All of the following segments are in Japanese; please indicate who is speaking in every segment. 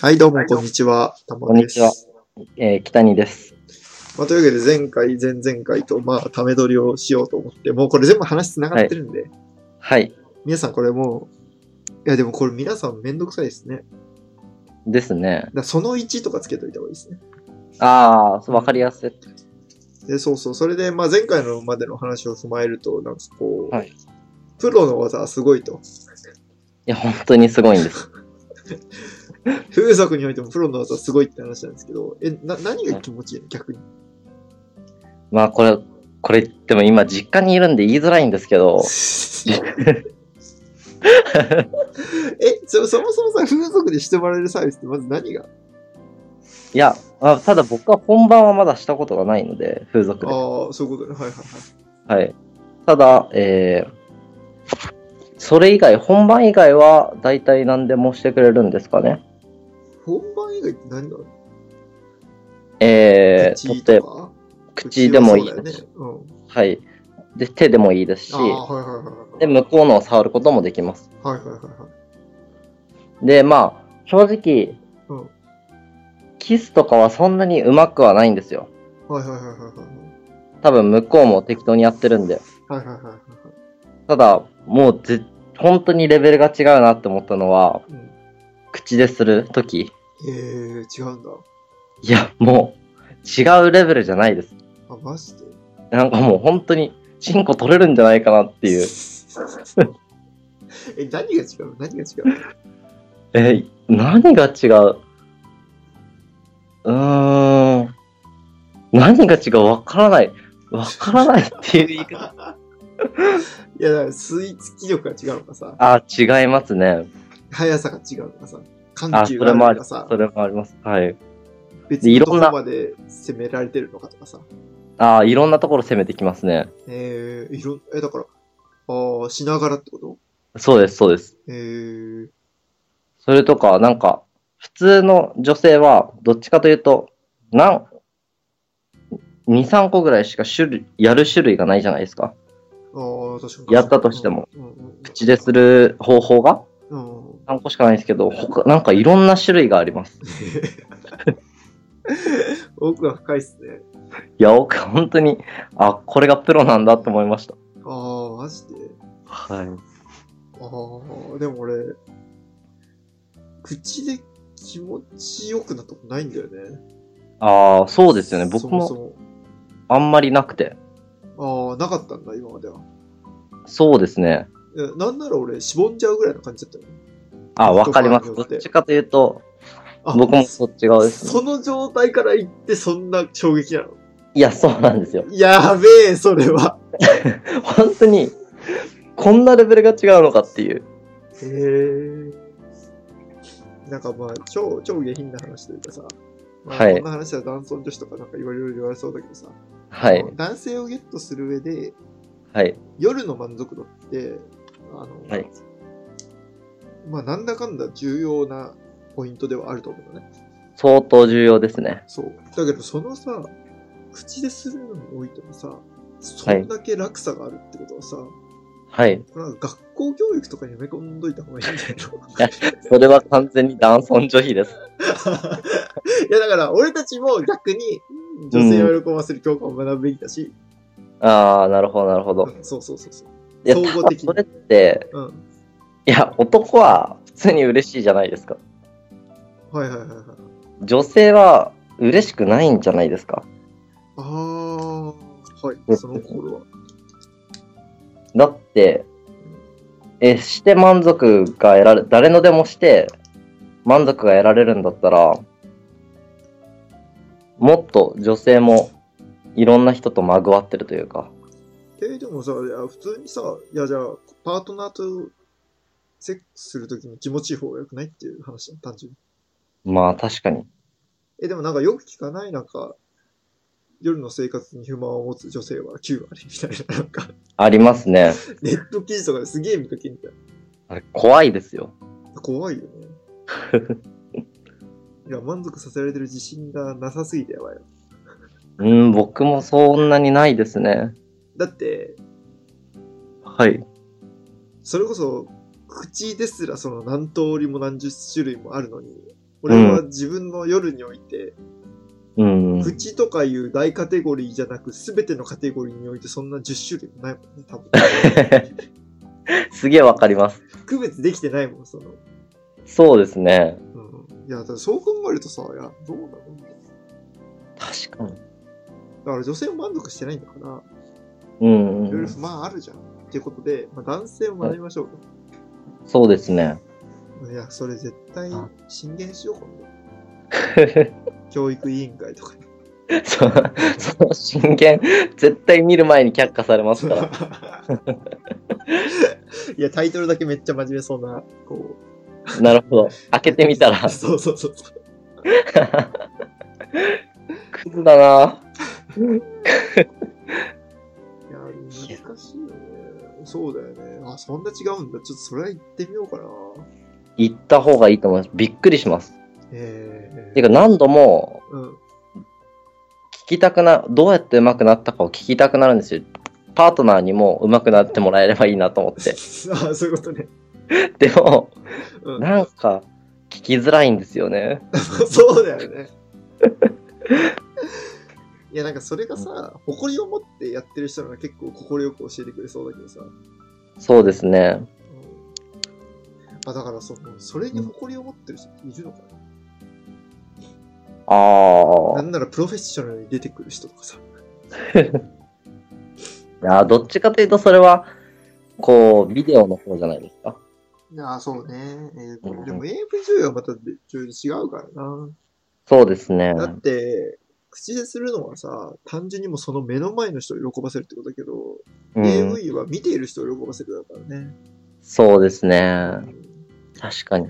Speaker 1: はい、どうも、こんにちは。たまです。
Speaker 2: こんにえー、北にです。
Speaker 1: まあ、というわけで、前回、前々回と、まあ、ため撮りをしようと思って、もうこれ全部話繋がってるんで、
Speaker 2: はい。
Speaker 1: 皆さんこれもう、いや、でもこれ皆さんめんどくさいですね。だか
Speaker 2: ですね。
Speaker 1: らその1とかつけといた方がいいですね。
Speaker 2: ああ、そうわかりやすい。
Speaker 1: で、そうそう。それで、まあ、前回のまでの話を踏まえると、なんかこう、
Speaker 2: はい
Speaker 1: プロの技はすごいと。
Speaker 2: いや、本当にすごい んです。
Speaker 1: 風俗においてもプロの技はすごいって話なんですけど、え、な、何が気持ちいいの逆に。
Speaker 2: まあ、これ、これ、でも今、実家にいるんで言いづらいんですけ ど、
Speaker 1: えそ、そもそもさ、風俗でしてもらえるサービスってまず何が
Speaker 2: いや、あ、ただ僕は本番はまだしたことがないので、風俗で。
Speaker 1: ああ、そういうことね。はいはいはい。
Speaker 2: はい。ただ、えーそれ以外、本番以外は、大体何でもしてくれるんですかね。
Speaker 1: 本番以外って何なの
Speaker 2: えー、
Speaker 1: 口
Speaker 2: とっ
Speaker 1: と
Speaker 2: て、
Speaker 1: か
Speaker 2: 口でもいい
Speaker 1: 口はそうだ
Speaker 2: で
Speaker 1: よ
Speaker 2: す
Speaker 1: ね。うん。
Speaker 2: はい。で、手でもいいですし
Speaker 1: あ、あ、はいはいはいはい。
Speaker 2: で、向こうのを触ることもできます。
Speaker 1: はいはいはいはい。
Speaker 2: で、まあ、正直、
Speaker 1: うん
Speaker 2: キスとかはそんなにうまくはないんですよ。
Speaker 1: はいはいはいはいはい。
Speaker 2: 多分向こうも適当にやってるんで。
Speaker 1: はいはいはいはい。
Speaker 2: ただ、もうぜ、本当にレベルが違うなって思ったのは、
Speaker 1: うん
Speaker 2: 口でするとき。
Speaker 1: えー、違うんだ。
Speaker 2: いや、もう、違うレベルじゃないです。
Speaker 1: あ、マジで
Speaker 2: なんかもう本当に、チンコ取れるんじゃないかなっていう。
Speaker 1: え、何が違う何が違う
Speaker 2: え、何が違ううーん。何が違うわからない。わからないっていう言い方。
Speaker 1: いや、だから吸い付き力が違うのかさ、
Speaker 2: あ、違いますね。
Speaker 1: 速さが違うのかさ、緩
Speaker 2: あ、
Speaker 1: 急
Speaker 2: そ
Speaker 1: がある
Speaker 2: れもあ
Speaker 1: の
Speaker 2: り
Speaker 1: か
Speaker 2: ます
Speaker 1: さ。、
Speaker 2: それもあります。はい。
Speaker 1: 別に
Speaker 2: い
Speaker 1: ど
Speaker 2: ろ
Speaker 1: こ
Speaker 2: んな
Speaker 1: まで攻められてるのかとかさ。
Speaker 2: ああ、いろんなところ攻めてきますね。
Speaker 1: えー、いろん、え、だから、ああ、しながらってこと
Speaker 2: そうです、そうです。
Speaker 1: えー、
Speaker 2: それとか、なんか、普通の女性は、どっちかというと、なん、2、3個ぐらいしか種類、やる種類がないじゃないですか。
Speaker 1: ああ、確かに。
Speaker 2: やったとしても
Speaker 1: うん。うんうん
Speaker 2: 口でする方法が
Speaker 1: うんうん。
Speaker 2: 3個しかないですけど、他、なんかいろんな種類があります。
Speaker 1: 奥が深いっすね。
Speaker 2: いや、僕、本当に、あ、これがプロなんだと思いました。
Speaker 1: ああ、マジで。
Speaker 2: はい。
Speaker 1: ああ、でも俺、口で気持ちよくなったことないんだよね。
Speaker 2: ああ、そうですよね。僕
Speaker 1: そ
Speaker 2: も
Speaker 1: も
Speaker 2: あんまりなくて。
Speaker 1: そも。ああ、なかったんだ、今までは。
Speaker 2: そうですね。
Speaker 1: いやなんなら俺、しぼんじゃうぐらいの感じだったよね。
Speaker 2: あ、わかりま
Speaker 1: 言葉
Speaker 2: す。ど
Speaker 1: によって
Speaker 2: っちかというと、
Speaker 1: あ
Speaker 2: 僕もそっち側です、ね。
Speaker 1: その状態から言ってそんな衝撃なの
Speaker 2: いや、そうなんですよ。
Speaker 1: やべえ、それは。
Speaker 2: 本当に、こんなレベルが違うのかっていう。
Speaker 1: へえ。なんかまあ、超、超下品な話というかさ、まあ、
Speaker 2: はい
Speaker 1: こんな話は男尊女子とかなんかいろいろ言われそうだけどさ、
Speaker 2: はい
Speaker 1: あ。の男性をゲットする上で、
Speaker 2: はい。
Speaker 1: 夜の満足度って、あの、
Speaker 2: はい
Speaker 1: まあ、なんだかんだ重要なポイントではあると思うのね。
Speaker 2: 相当重要ですね。
Speaker 1: そう。だけど、そのさ、口でするのにおいてもさ、そんだけ落差があるってことはさ、
Speaker 2: はい。
Speaker 1: これなんか学校教育とかに埋め込んどいた方がいいんじゃないの
Speaker 2: それは完全に男尊女卑です。
Speaker 1: いやだから俺たちも逆に女性を喜ばせる教科を学ぶべきだし、
Speaker 2: ああ、なるほど、なるほど。
Speaker 1: そうそうそうそう。
Speaker 2: いや、
Speaker 1: 総合
Speaker 2: ただ
Speaker 1: 的に
Speaker 2: それって、
Speaker 1: うん。
Speaker 2: いや、男は普通に嬉しいじゃないですか。
Speaker 1: はいはいはいはい。
Speaker 2: 女性は嬉しくないんじゃないですか。
Speaker 1: ああ、は
Speaker 2: う
Speaker 1: い。
Speaker 2: ん
Speaker 1: その心は。
Speaker 2: だって、え、して満足が得られ、誰のでもして満足が得られるんだったら、もっと女性もいろんな人とまぐわってるというか。
Speaker 1: えーでもさ、いや普通にさ、いやじゃあ、パートナーとセックスするときに気持ちいい方が良くないっていう話だ、単純に。
Speaker 2: まあ確かに。
Speaker 1: え、でもなんかよく聞かない、なんか、夜の生活に不満を持つ女性は9割みたいな、なんか、
Speaker 2: ありますね。
Speaker 1: ネット記事とかですげえ見かけるみたいな。
Speaker 2: あれ怖いですよ。
Speaker 1: 怖い よね。いや、満足させられてる自信がなさすぎてやばいよ。
Speaker 2: うん、僕もそんなにないですね。
Speaker 1: だって、
Speaker 2: はい。
Speaker 1: それこそ、口ですらその何通りも何十種類もあるのに、俺は自分の夜において、
Speaker 2: うん。
Speaker 1: 口とかいう大カテゴリーじゃなく、すべてのカテゴリーにおいてそんな10種類もないもんね、多 分。
Speaker 2: すげえわかります。
Speaker 1: 区別できてないもん、その。
Speaker 2: そうですね。
Speaker 1: うん。いや、だからそう考えるとさ、いや、どうなの
Speaker 2: 確かに。
Speaker 1: だから女性も満足してないんだから、
Speaker 2: うん、
Speaker 1: いろ
Speaker 2: う
Speaker 1: いろ
Speaker 2: ん。
Speaker 1: 不満あるじゃん。っていうことで、まあ、男性を学びましょうと
Speaker 2: そうですね。
Speaker 1: いや、それ絶対
Speaker 2: あ
Speaker 1: 進言しよう、今度。教育委員会とかに。
Speaker 2: そその真剣、絶対見る前に却下されます から。
Speaker 1: いや、タイトルだけめっちゃ真面目そうな、こう。
Speaker 2: なるほど。開けてみたら、
Speaker 1: そうそうそうそう。
Speaker 2: クズだない
Speaker 1: や、難しいよね。そうだよね。あ、そんな違うんだ。ちょっとそれは行ってみようかな。
Speaker 2: 行った方がいいと思います。びっくりします。
Speaker 1: ええ
Speaker 2: てか何度も
Speaker 1: うん。
Speaker 2: 聞きたくな、どうやって上手くなったかを聞きたくなるんですよ。パートナーにも上手くなってもらえればいいなと思って。
Speaker 1: あ、そういうことね。
Speaker 2: でも、
Speaker 1: うん。
Speaker 2: なんか、聞きづらいんですよね。
Speaker 1: そうだよね。いや、なんかそれがさ、誇りを持ってやってる人なら結構快く教えてくれそうだけどさ。うん
Speaker 2: そうですね。
Speaker 1: あ、だからその、それに誇りを持ってる人っているのかな、
Speaker 2: ああ。
Speaker 1: なんならプロフェッショナルに出てくる人とかさ。
Speaker 2: いやーどっちかというとそれは、こう、ビデオの方じゃないですか。
Speaker 1: ああ、そうね。え
Speaker 2: うん
Speaker 1: ー、でも AV 女優はまた女優違うからな。
Speaker 2: そうですね。
Speaker 1: だって、口でするのはさ、単純にもうその目の前の人を喜ばせるってことだけど、
Speaker 2: うん、
Speaker 1: AV は見ている人を喜ばせるだからね。
Speaker 2: そうですね。
Speaker 1: うん
Speaker 2: 確かに。
Speaker 1: い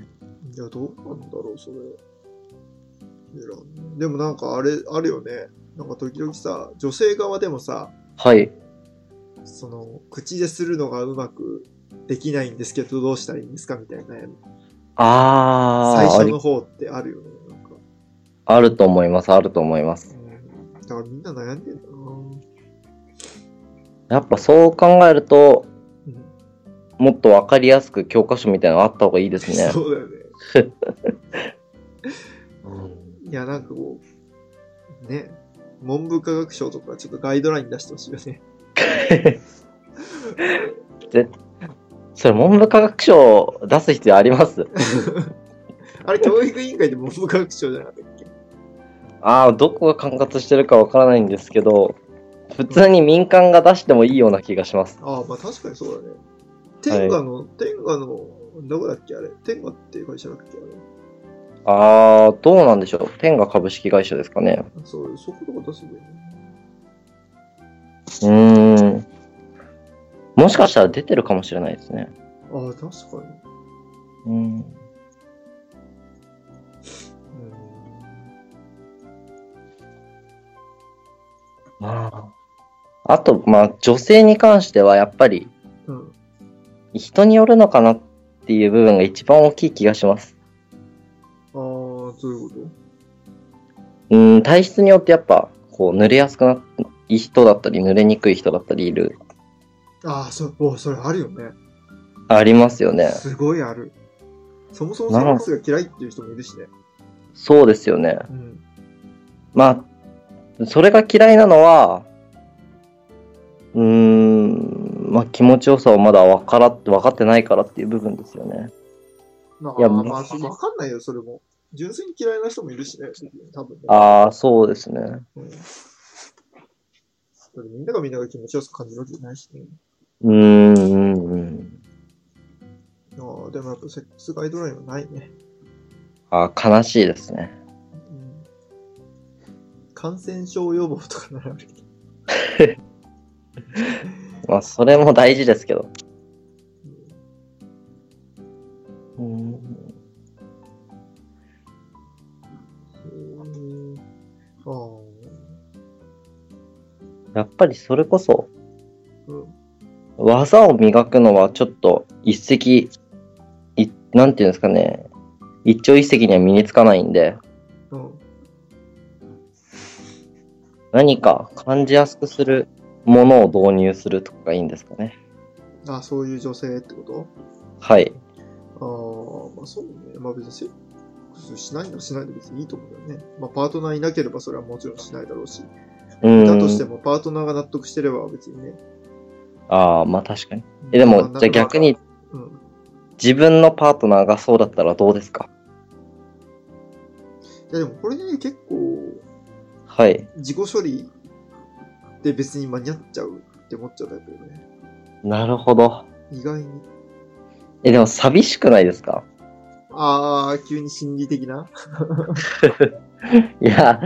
Speaker 1: や、どうなんだろう、それ。いやでもなんかあれ、あるよね。なんか時々さ、女性側でもさ、
Speaker 2: はい。
Speaker 1: その、口でするのがうまくできないんですけど、どうしたらいいんですかみたいな悩み。
Speaker 2: あ
Speaker 1: 最
Speaker 2: ーあ
Speaker 1: 初
Speaker 2: り
Speaker 1: の方ってあるよね。なんか、
Speaker 2: あると思います、あると思います。
Speaker 1: うんだからみんな悩んでんだな
Speaker 2: やっぱそう考えると、
Speaker 1: うん
Speaker 2: もっとわかりやすく教科書みたいなのあった方がいいですね。
Speaker 1: そうだよね。
Speaker 2: うん
Speaker 1: いや、なんかこう、ね、文部科学省とかちょっとガイドライン出してほしいよね。
Speaker 2: それ文部科学省出す必要あります
Speaker 1: あれ、教育委員会で文部科学省じゃなかったっけ
Speaker 2: ああ、どこが管轄してるかわからないんですけど、普通に民間が出してもいいような気がします。
Speaker 1: ああ、まあ確かにそうだね。天下の、天下の、どこだっけあれ天下っていう会社だっけあ
Speaker 2: ああ、どうなんでしょう。天下株式会社ですかね。
Speaker 1: れそう、そことか出すんだよね。
Speaker 2: うーん。もしかしたら出てるかもしれないですね。
Speaker 1: ああ、確かに。
Speaker 2: うん。まあ。あと、まあ、女性に関してはやっぱり
Speaker 1: うん。うん。
Speaker 2: 人によるのかなっていう部分が一番大きい気がします。
Speaker 1: ああ、そういうこ
Speaker 2: うん、体質によってやっぱ、こう、濡れやすくな、いい人だったり、濡れにくい人だったりいる、
Speaker 1: とああ、そう、おそれあるよね。
Speaker 2: ありますよね。
Speaker 1: すごいある。そもそもサックスが嫌いっていう人もいるしね。
Speaker 2: そうですよね。
Speaker 1: うん。
Speaker 2: まあ、それが嫌いなのは、うーん、まあ気持ちよさをまだ分から、分かってないからっていう部分ですよね。
Speaker 1: まあ、
Speaker 2: いや
Speaker 1: まあ、
Speaker 2: もう
Speaker 1: わかんないよ、それも。純粋に嫌いな人もいるしね、多分ね。
Speaker 2: ああ、そうですね。
Speaker 1: うんだってみんながみんなが気持ちよく感じるわけじゃないしね。
Speaker 2: うーんうん、うん。
Speaker 1: ああでもやっぱセックスガイドラインはないね。
Speaker 2: ああ、悲しいですね。
Speaker 1: うん、感染症予防とかならあるけど。
Speaker 2: まあそれも大事ですけど。
Speaker 1: うん
Speaker 2: うーん
Speaker 1: うんああ
Speaker 2: やっぱりそれこそ、
Speaker 1: うん
Speaker 2: 技を磨くのはちょっと一石、いなんていうんですかね。一朝一夕には身につかないんで、
Speaker 1: うん
Speaker 2: 何か感じやすくするものを導入するとかがいいんですかね。
Speaker 1: ああそういう女性ってこと
Speaker 2: はい。
Speaker 1: あーまあそうね。まあ別にセックスしないのしないで別にいいと思うんだよね。まあパートナーいなければそれはもちろんしないだろうし、
Speaker 2: うん。
Speaker 1: だとしてもパートナーが納得してれば別にね。
Speaker 2: ああ、まあ確かに。え、でも、じゃあ逆に、
Speaker 1: うん。
Speaker 2: 自分のパートナーがそうだったらどうですか
Speaker 1: いやでもこれね、結構
Speaker 2: はい。
Speaker 1: 自己処理で別に間に合っちゃうって思っちゃうタイプよね。
Speaker 2: なるほど。
Speaker 1: 意外に。
Speaker 2: え、でも寂しくないですか
Speaker 1: あー、急に心理的ない
Speaker 2: や、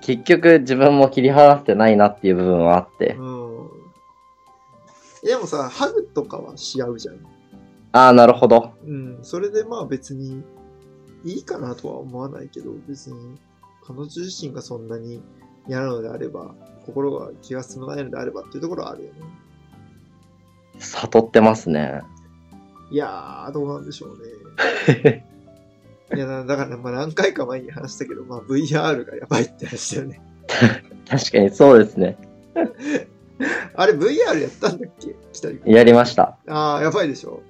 Speaker 2: 結局自分も切り離せてないなっていう部分はあって。
Speaker 1: うん。えでもさ、ハグとかはし合うじゃん。
Speaker 2: ああ、なるほど。
Speaker 1: うん、それでまあ別にいいかなとは思わないけど、別に彼女自身がそんなに嫌なのであれば、心が気が進まないのであればっていうところはあるよね。
Speaker 2: 悟ってますね。
Speaker 1: いやー、どうなんでしょうね。いや、なだからね、まあ何回か前に話したけど、まあ VR がやばいって話だよね。
Speaker 2: 確かにそうですね。
Speaker 1: あれ VR やったんだっけ北陸。
Speaker 2: やりました。
Speaker 1: あー、やばいでしょ。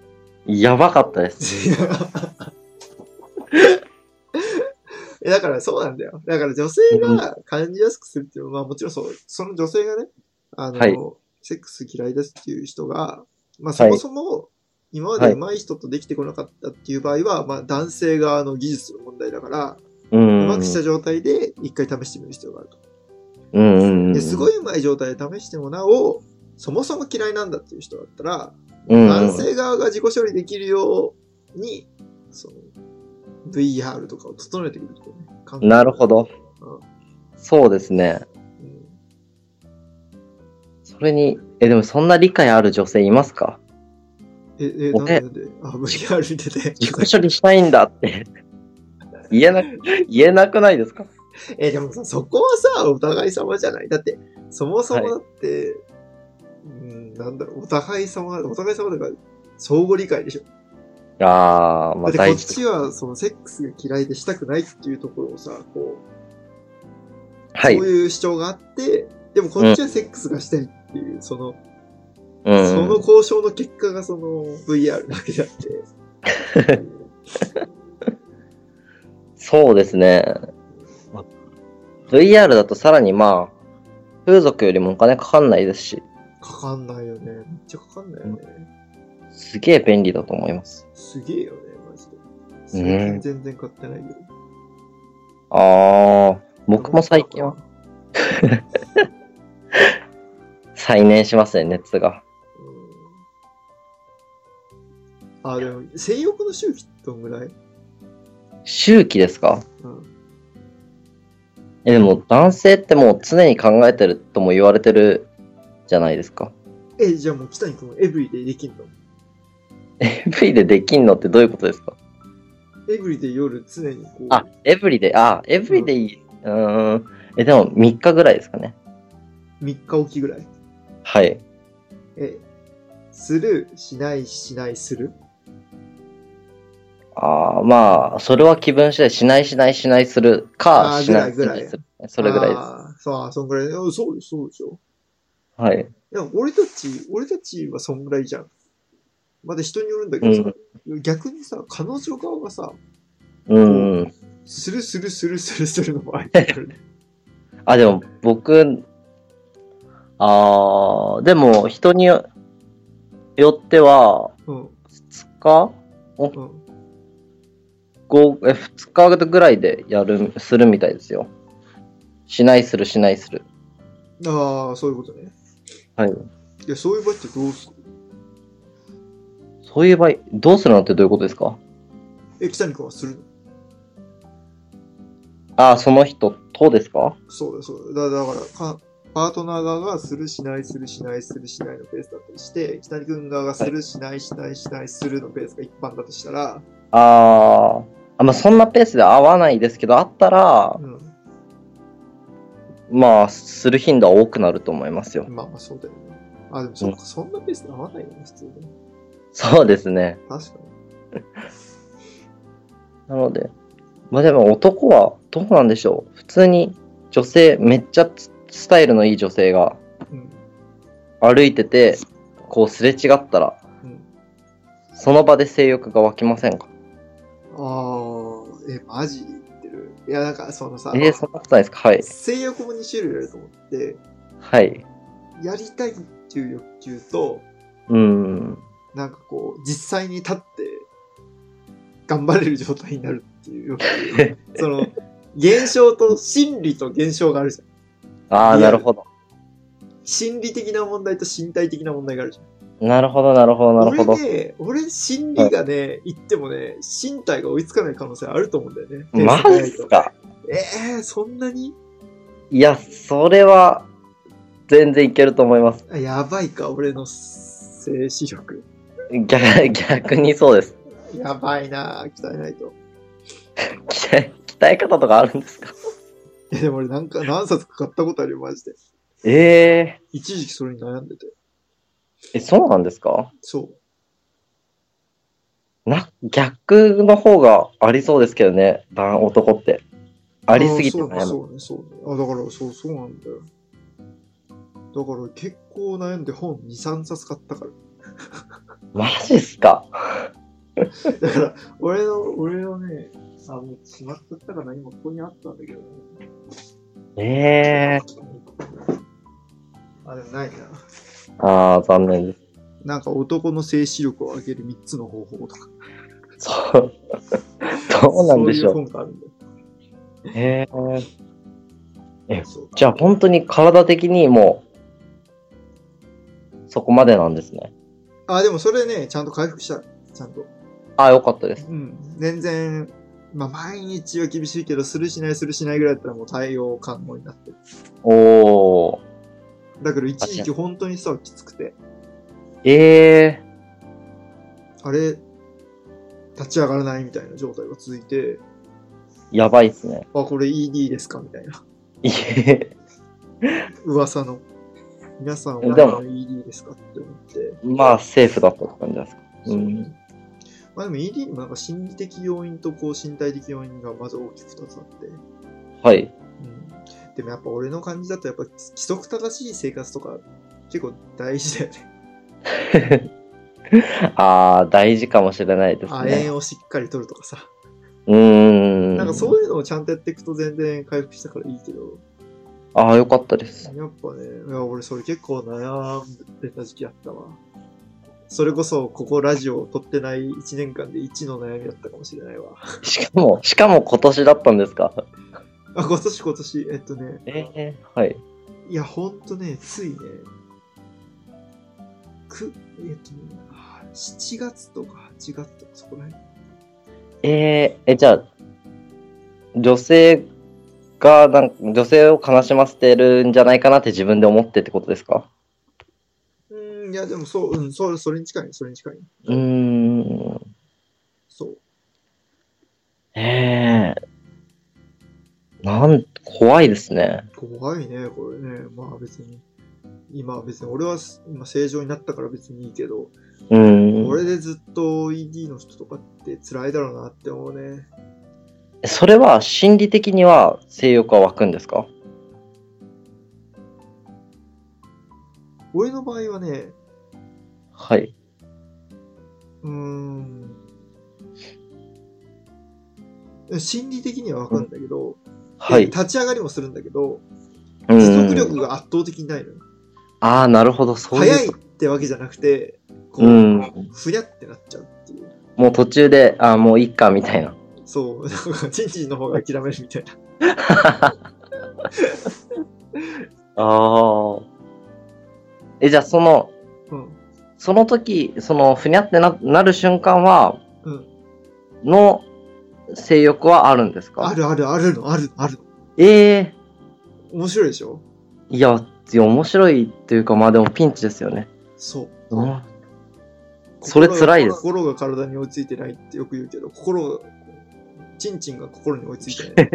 Speaker 2: やばかったです。
Speaker 1: えだからそうなんだよ。だから女性が感じやすくするっていうのは、まあもちろんそう、その女性がね、あの、
Speaker 2: はい
Speaker 1: セックス嫌いですっていう人が、まあそ
Speaker 2: はい
Speaker 1: もそも今まで上手い人とできてこなかったっていう場合は、まあ男性側の技術の問題だから、
Speaker 2: う。
Speaker 1: うんまくした状態で一回試してみる必要があると。
Speaker 2: うんうんうん。
Speaker 1: ですごい上手い状態で試してもなお、そもそも嫌いなんだっていう人だったら、
Speaker 2: うんうん
Speaker 1: 男性側が自己処理できるように、その、VR とかを整えてくるとね。環境
Speaker 2: なるほど
Speaker 1: うん。
Speaker 2: そうですね。
Speaker 1: うん
Speaker 2: それに、え、でもそんな理解ある女性いますか
Speaker 1: え、え、なんでなんであ、VR 出て。
Speaker 2: 自己処理したいんだって。言えな、言えなくないですか
Speaker 1: え、でもさ、そこはさ、お互い様じゃないだって、そもそもだって、うん、なんだろう、お互い様、お互い様だから、相互理解でしょ。
Speaker 2: ああ、ま
Speaker 1: だ
Speaker 2: あ
Speaker 1: ってこっ
Speaker 2: 大事。
Speaker 1: ちは、その、セックスが嫌いでしたくないっていうところをさ、こう、
Speaker 2: はい。
Speaker 1: そういう主張があって、でもこっちはセックスがしたいっていう、その、
Speaker 2: う
Speaker 1: その
Speaker 2: ん。
Speaker 1: 交渉の結果がその VR だけであって。
Speaker 2: そうですね。VR だとさらにまあ、風俗よりもお金かかんないですし、
Speaker 1: かかんないよね。めっちゃかかんないよね。
Speaker 2: すげえ便利だと思います。
Speaker 1: すげえよね、マジで。最近全然買ってないけど。
Speaker 2: ああ、僕も最近は。再燃しますね、熱が。
Speaker 1: うん。あ、でも、性欲の周期どんぐらい
Speaker 2: 周期ですか
Speaker 1: うん。
Speaker 2: え、でも男性ってもう常に考えてるとも言われてるじゃないですか。
Speaker 1: え、じゃあもう北に君エブリデイできんの
Speaker 2: AV でできんのってどういうことですか
Speaker 1: エブリデイ夜常にこう。
Speaker 2: あ、エブリで、あ、エブリでいい。うーん。え、でも3日ぐらいですかね。
Speaker 1: 3日おきぐらい。
Speaker 2: はい。
Speaker 1: え、する、しない、しない、する。
Speaker 2: ああ、まあ、それは気分次第、しないしないしないする
Speaker 1: あ
Speaker 2: か、
Speaker 1: ー
Speaker 2: しないし
Speaker 1: ぐら
Speaker 2: ないいする。それぐらいです。
Speaker 1: あーそう、そんぐらい。うんそうでしょそうでしょ。
Speaker 2: はい。
Speaker 1: でも俺たち、俺たちはそんぐらいじゃん。まだ人によるんだけどさ、逆にさ、彼女側がさ、
Speaker 2: うんうん。
Speaker 1: するするするするするのもありだよね。
Speaker 2: あ、でも僕、ああ、でも人によよっては、
Speaker 1: うん、
Speaker 2: 2日
Speaker 1: うん。
Speaker 2: ごえ2日ぐらいでやる、するみたいですよ。しないするしないする。
Speaker 1: ああ、そういうことね。
Speaker 2: はい。
Speaker 1: いや、そういう場合ってどうする
Speaker 2: そういう場合、どうするのってどういうことですか
Speaker 1: え、北見君はするの
Speaker 2: ああ、その人とですか
Speaker 1: そうだよ、そうだよ。だだからか、パートナー側がするしないするしないするしないのペースだとして、北見君側がするしないしないしないするのペースが一般だとしたら、
Speaker 2: あーあ、まあそんなペースで合わないですけど、あったら
Speaker 1: う、ん。
Speaker 2: まあ、する頻度は多くなると思いますよ。
Speaker 1: まあまあ、そうだよね。あ、でもそっか、そんなペースで合わないよね、普通ね。
Speaker 2: そうですね。
Speaker 1: 確かに。
Speaker 2: なので、まあでも男はどうなんでしょう。普通に女性、めっちゃつスタイルのいい女性が
Speaker 1: うん。
Speaker 2: 歩いてて、こうすれ違ったら、
Speaker 1: うん
Speaker 2: その場で性欲が湧きませんか
Speaker 1: ああ、え、マジで言ってる。いや、なんかそのさ、
Speaker 2: えー、そんなことないですかはい。
Speaker 1: 性欲も2種類あると思って、
Speaker 2: はい。
Speaker 1: やりたいっていう欲求と、
Speaker 2: うーん。
Speaker 1: なんかこう、実際に立って、頑張れる状態になるっていう欲 求。その、現象と、心理と現象があるじゃん。
Speaker 2: ああ、
Speaker 1: リア
Speaker 2: な
Speaker 1: ル
Speaker 2: るほど。
Speaker 1: 心理的な問題と身体的な問題があるじゃん。
Speaker 2: なるほど、なるほど、なるほど
Speaker 1: 俺。ね、俺心理がね、言ってもね、身体が追いつかない可能性あると思うんだよね。
Speaker 2: マジっすか
Speaker 1: えー、そんなに
Speaker 2: いや、それは、全然いけると思います。
Speaker 1: あやばいか、俺の静止力。
Speaker 2: 逆逆にそうです。
Speaker 1: やばいな鍛えないと。
Speaker 2: 鍛え鍛え方とかあるんですか
Speaker 1: いや、でも俺なんか何冊か買ったことあるよ、マジで。
Speaker 2: え
Speaker 1: 一時期それに悩んでて。
Speaker 2: ー、え、そうなんですか
Speaker 1: そう。
Speaker 2: な、逆の方がありそうですけどね、男男って。ありすぎて
Speaker 1: あー
Speaker 2: 悩む。
Speaker 1: そうね、そうね、そうね。あ、だから、そう、そうなんだよ。だから結構悩んで本2、3冊買ったから。
Speaker 2: マジっすか
Speaker 1: だから、俺の、俺のね、あ、もう決まっちゃったから今ここにあったんだけどね。
Speaker 2: ええ
Speaker 1: あ、でもないな。
Speaker 2: ー。ああ、残念です。
Speaker 1: なんか男の静止力を上げる3つの方法とか。
Speaker 2: そう。 どうなんでしょ
Speaker 1: そうい
Speaker 2: う。
Speaker 1: う本があるんだよ。
Speaker 2: ええー。え
Speaker 1: そう
Speaker 2: じゃあ本当に体的にもう、そこまでなんですね。
Speaker 1: あ、でもそれね、ちゃんと回復した。ちゃんと。
Speaker 2: ああ、よかったです。
Speaker 1: うん。全然、まあ毎日は厳しいけど、するしないするしないぐらいだったらもう対応可能になってる。
Speaker 2: おー。
Speaker 1: だけど一時期本当にさ、きつくて。
Speaker 2: ええ
Speaker 1: あれ、立ち上がらないみたいな状態が続いて、
Speaker 2: ー。やばいっすね。
Speaker 1: あ、これ ED ですかみたいな。
Speaker 2: いえ、
Speaker 1: 噂の。皆さん
Speaker 2: でも
Speaker 1: は何の ED ですかって思って。
Speaker 2: まあ、セーフだったって感じなんですか。う
Speaker 1: そ
Speaker 2: ん。
Speaker 1: まあでも ED にもなんか心理的要因とこう身体的要因がまず大きく2つあって。
Speaker 2: はい。
Speaker 1: うん。でもやっぱ俺の感じだとやっぱ規則正しい生活とか結構大事だよ ね。
Speaker 2: ああ、大事かもしれないです
Speaker 1: 亜
Speaker 2: ね。
Speaker 1: 鉛をしっかり取るとかさ。
Speaker 2: うーん。
Speaker 1: なんかそういうのをちゃんとやっていくと全然回復したからいいけど、
Speaker 2: ああ、よかったです。
Speaker 1: やっぱね、いや俺それ結構悩んでた時期あったわ。それこそここラジオを撮ってない1年間で1の悩みだったかもしれないわ。
Speaker 2: しかも、しかも今年だったんですか。
Speaker 1: あ、今年今年、えっとね、
Speaker 2: ええはい。
Speaker 1: いや、ほんとね、ついね、く、えっとね、あ7月とか8月とかそこら辺。
Speaker 2: えええ、じゃあ、女性がなんか、女性を悲しませてるんじゃないかなって自分で思ってってことですか
Speaker 1: うん、いや、でもそう、うん、そう、それに近い、それに近い。
Speaker 2: うーん。
Speaker 1: そう。
Speaker 2: ええなん、怖いですね。
Speaker 1: 怖いね、これね。まあ別に。今は別に、俺は今正常になったから別にいいけど、
Speaker 2: うーん。
Speaker 1: 俺でずっと ED の人とかって辛いだろうなって思うね。
Speaker 2: それは心理的には性欲は湧くんですか
Speaker 1: 俺の場合はね、
Speaker 2: はい。
Speaker 1: うーん。心理的にはわかるんだけど、
Speaker 2: はい。
Speaker 1: 立ち上がりもするんだけど、
Speaker 2: う
Speaker 1: 持続
Speaker 2: ーん。
Speaker 1: 力が圧倒的にないのよ。
Speaker 2: ああ、なるほど。そう
Speaker 1: 早
Speaker 2: い。
Speaker 1: いうってわけじゃなくて、こ
Speaker 2: うん
Speaker 1: う、ふにゃってなっちゃうっていう。
Speaker 2: もう途中で、ああ、もういっか、みたいな。
Speaker 1: そう、 なんか、チンチンの方が諦めるみたいな。
Speaker 2: ああ。え、じゃあその、
Speaker 1: うん。
Speaker 2: その時、その、ふにゃってななる瞬間は、
Speaker 1: うん
Speaker 2: の性欲はあるんですか
Speaker 1: あるあるあるの、あるの、あるの。
Speaker 2: ええ
Speaker 1: 面白いでしょ
Speaker 2: いや、いや面白いというか、まあでもピンチですよね。
Speaker 1: そう。
Speaker 2: うん、それ辛いです
Speaker 1: 心が心が体に追いついてないってよく言うけど、心が、チンチンが心に追いついて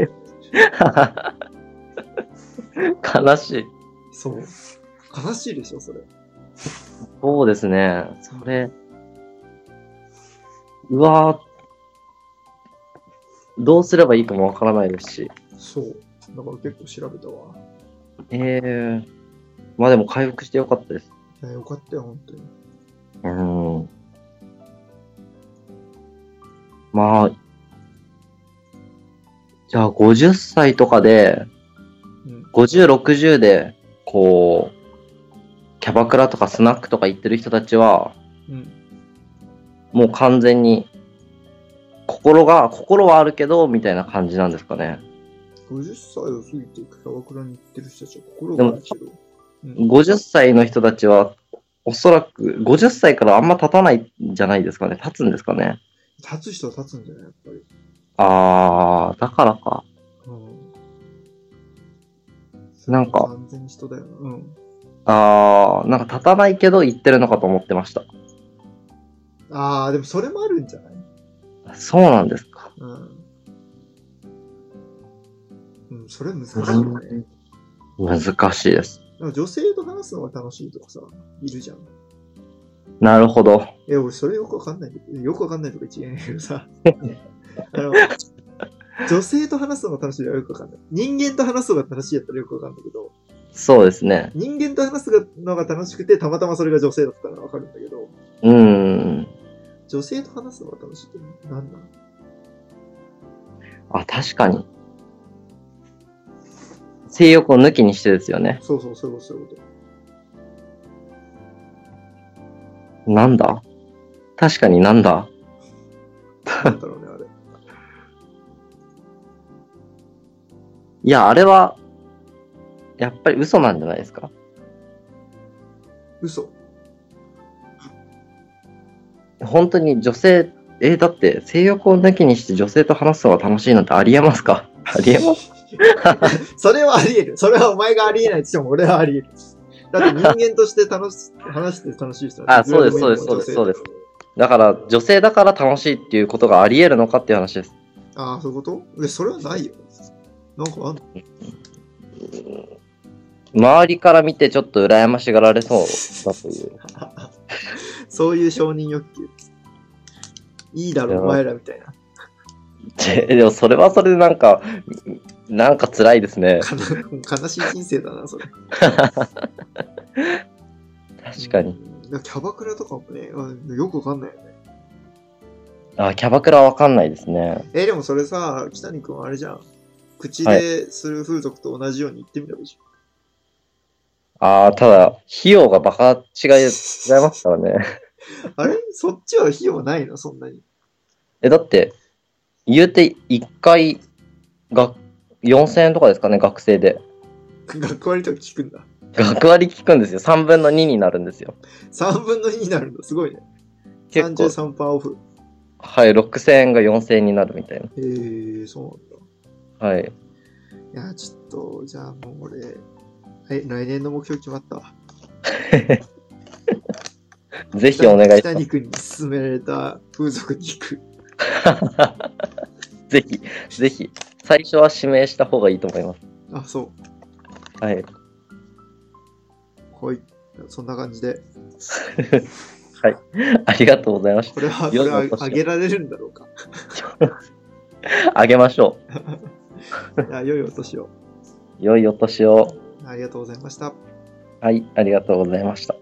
Speaker 1: ない。
Speaker 2: 悲しい。
Speaker 1: そう。悲しいでしょ、それ。
Speaker 2: そうですね。それ。うわーどうすればいいかもわからないですし。
Speaker 1: そう。だから結構調べたわ。
Speaker 2: ええまあでも回復してよかったです。
Speaker 1: いや、よかったよ、本当に。
Speaker 2: うん。まあ、じゃあ50歳とかで、
Speaker 1: うん。
Speaker 2: 50、60で、こう、キャバクラとかスナックとか行ってる人たちは、
Speaker 1: うん。
Speaker 2: もう完全に、心が、心はあるけど、みたいな感じなんですかね。
Speaker 1: 50歳を過ぎてキャバクラに行ってる人たちは心が
Speaker 2: でも
Speaker 1: あるけど。うん。
Speaker 2: 50歳の人たちは、おそらく、50歳からあんま経たないんじゃないですかね。経つんですかね。
Speaker 1: 立つ人は立つんじゃないやっぱり。
Speaker 2: あー、だからか。
Speaker 1: うん。
Speaker 2: なんか
Speaker 1: 完全に人だよな。うん。
Speaker 2: あー、なんか立たないけど行ってるのかと思ってました。
Speaker 1: ああ、でもそれもあるんじゃない
Speaker 2: そうなんですか。
Speaker 1: うん。うん、それ難しいよね。
Speaker 2: 難しいです。
Speaker 1: なんか女性と話すのが楽しいとかさ、いるじゃん。
Speaker 2: なるほど。
Speaker 1: え、俺それよくわかんないんだけど。よくわかんないとか一言えないけどさ。あの、女性と話すのが楽しいのはよくわかんない。人間と話すのが楽しいやったらよくわかんないけど、
Speaker 2: そうですね。
Speaker 1: 人間と話すのが楽しくて、たまたまそれが女性だったらわかるんだけど、
Speaker 2: うーん。
Speaker 1: 女性と話すのが楽しいって何なの
Speaker 2: あ、確かに。性欲を抜きにしてですよね。
Speaker 1: そうそう、そういうこと、そういうこと。
Speaker 2: なんだ確かになんだ
Speaker 1: なんだろうね、あれ。
Speaker 2: いや、あれは、やっぱり嘘なんじゃないですか
Speaker 1: 嘘。
Speaker 2: 本当に女性、えーだって性欲を抜きにして女性と話すのが楽しいなんてありえますかありえます
Speaker 1: それはあり得る。それはお前があり得ないとしても俺はあり得る。だって人間として楽し、話して楽しい人
Speaker 2: あそうですそうですそうですそうです。だから、女性だから楽しいっていうことがあり得るのかっていう話です。
Speaker 1: ああ、そういうことえ、それはないよ。なんかあんの
Speaker 2: 周りから見てちょっと羨ましがられそうだという。
Speaker 1: そういう承認欲求。いいだ
Speaker 2: いや
Speaker 1: ろ、お前らみたいな。
Speaker 2: ででもそれはそれでなんか、なんか辛いですね。
Speaker 1: かな悲しい人生だな、それ。
Speaker 2: 確かに。
Speaker 1: うん。キャバクラとかもね、うんよくわかんないよね。
Speaker 2: あ、キャバクラわかんないですね。
Speaker 1: え、でもそれさ、北に君はあれじゃん。口
Speaker 2: は
Speaker 1: でする風俗と同じように言ってみればいいじ
Speaker 2: あーただ、費用がバカ
Speaker 1: ゃ
Speaker 2: 違い
Speaker 1: ん。
Speaker 2: でございますからね。
Speaker 1: あれそっちは費用ないのそんなに。
Speaker 2: え、だって、言うて1回が、4000円とかですかね、学生で。
Speaker 1: 学割とか聞くんだ。
Speaker 2: 学割聞くんですよ。3分の2になるんですよ。
Speaker 1: 3分の2になるんだ。すごいね。
Speaker 2: 結構、
Speaker 1: 33%オフ。
Speaker 2: はい、6000円が4000円になるみたい
Speaker 1: へえー、そう
Speaker 2: な。はい。
Speaker 1: なんだ。いや、ちょっと、じゃあもう俺、え、来年の目標決まったわ。
Speaker 2: ぜひお願いし
Speaker 1: 北
Speaker 2: ます。
Speaker 1: に君に勧められた風俗に行く。
Speaker 2: ぜひ、ぜひ。最初は指名した方がいいと思います。
Speaker 1: あ、そ
Speaker 2: はい。
Speaker 1: う。はい。そんな感じで。
Speaker 2: ありがとうございました。
Speaker 1: これは、こ
Speaker 2: よ
Speaker 1: れ
Speaker 2: し
Speaker 1: は
Speaker 2: よし
Speaker 1: あげられるんだろうか。
Speaker 2: あげましょ
Speaker 1: いや、良いお年を。
Speaker 2: う。良いお年を。
Speaker 1: ありがとうございました。
Speaker 2: はい、ありがとうございました。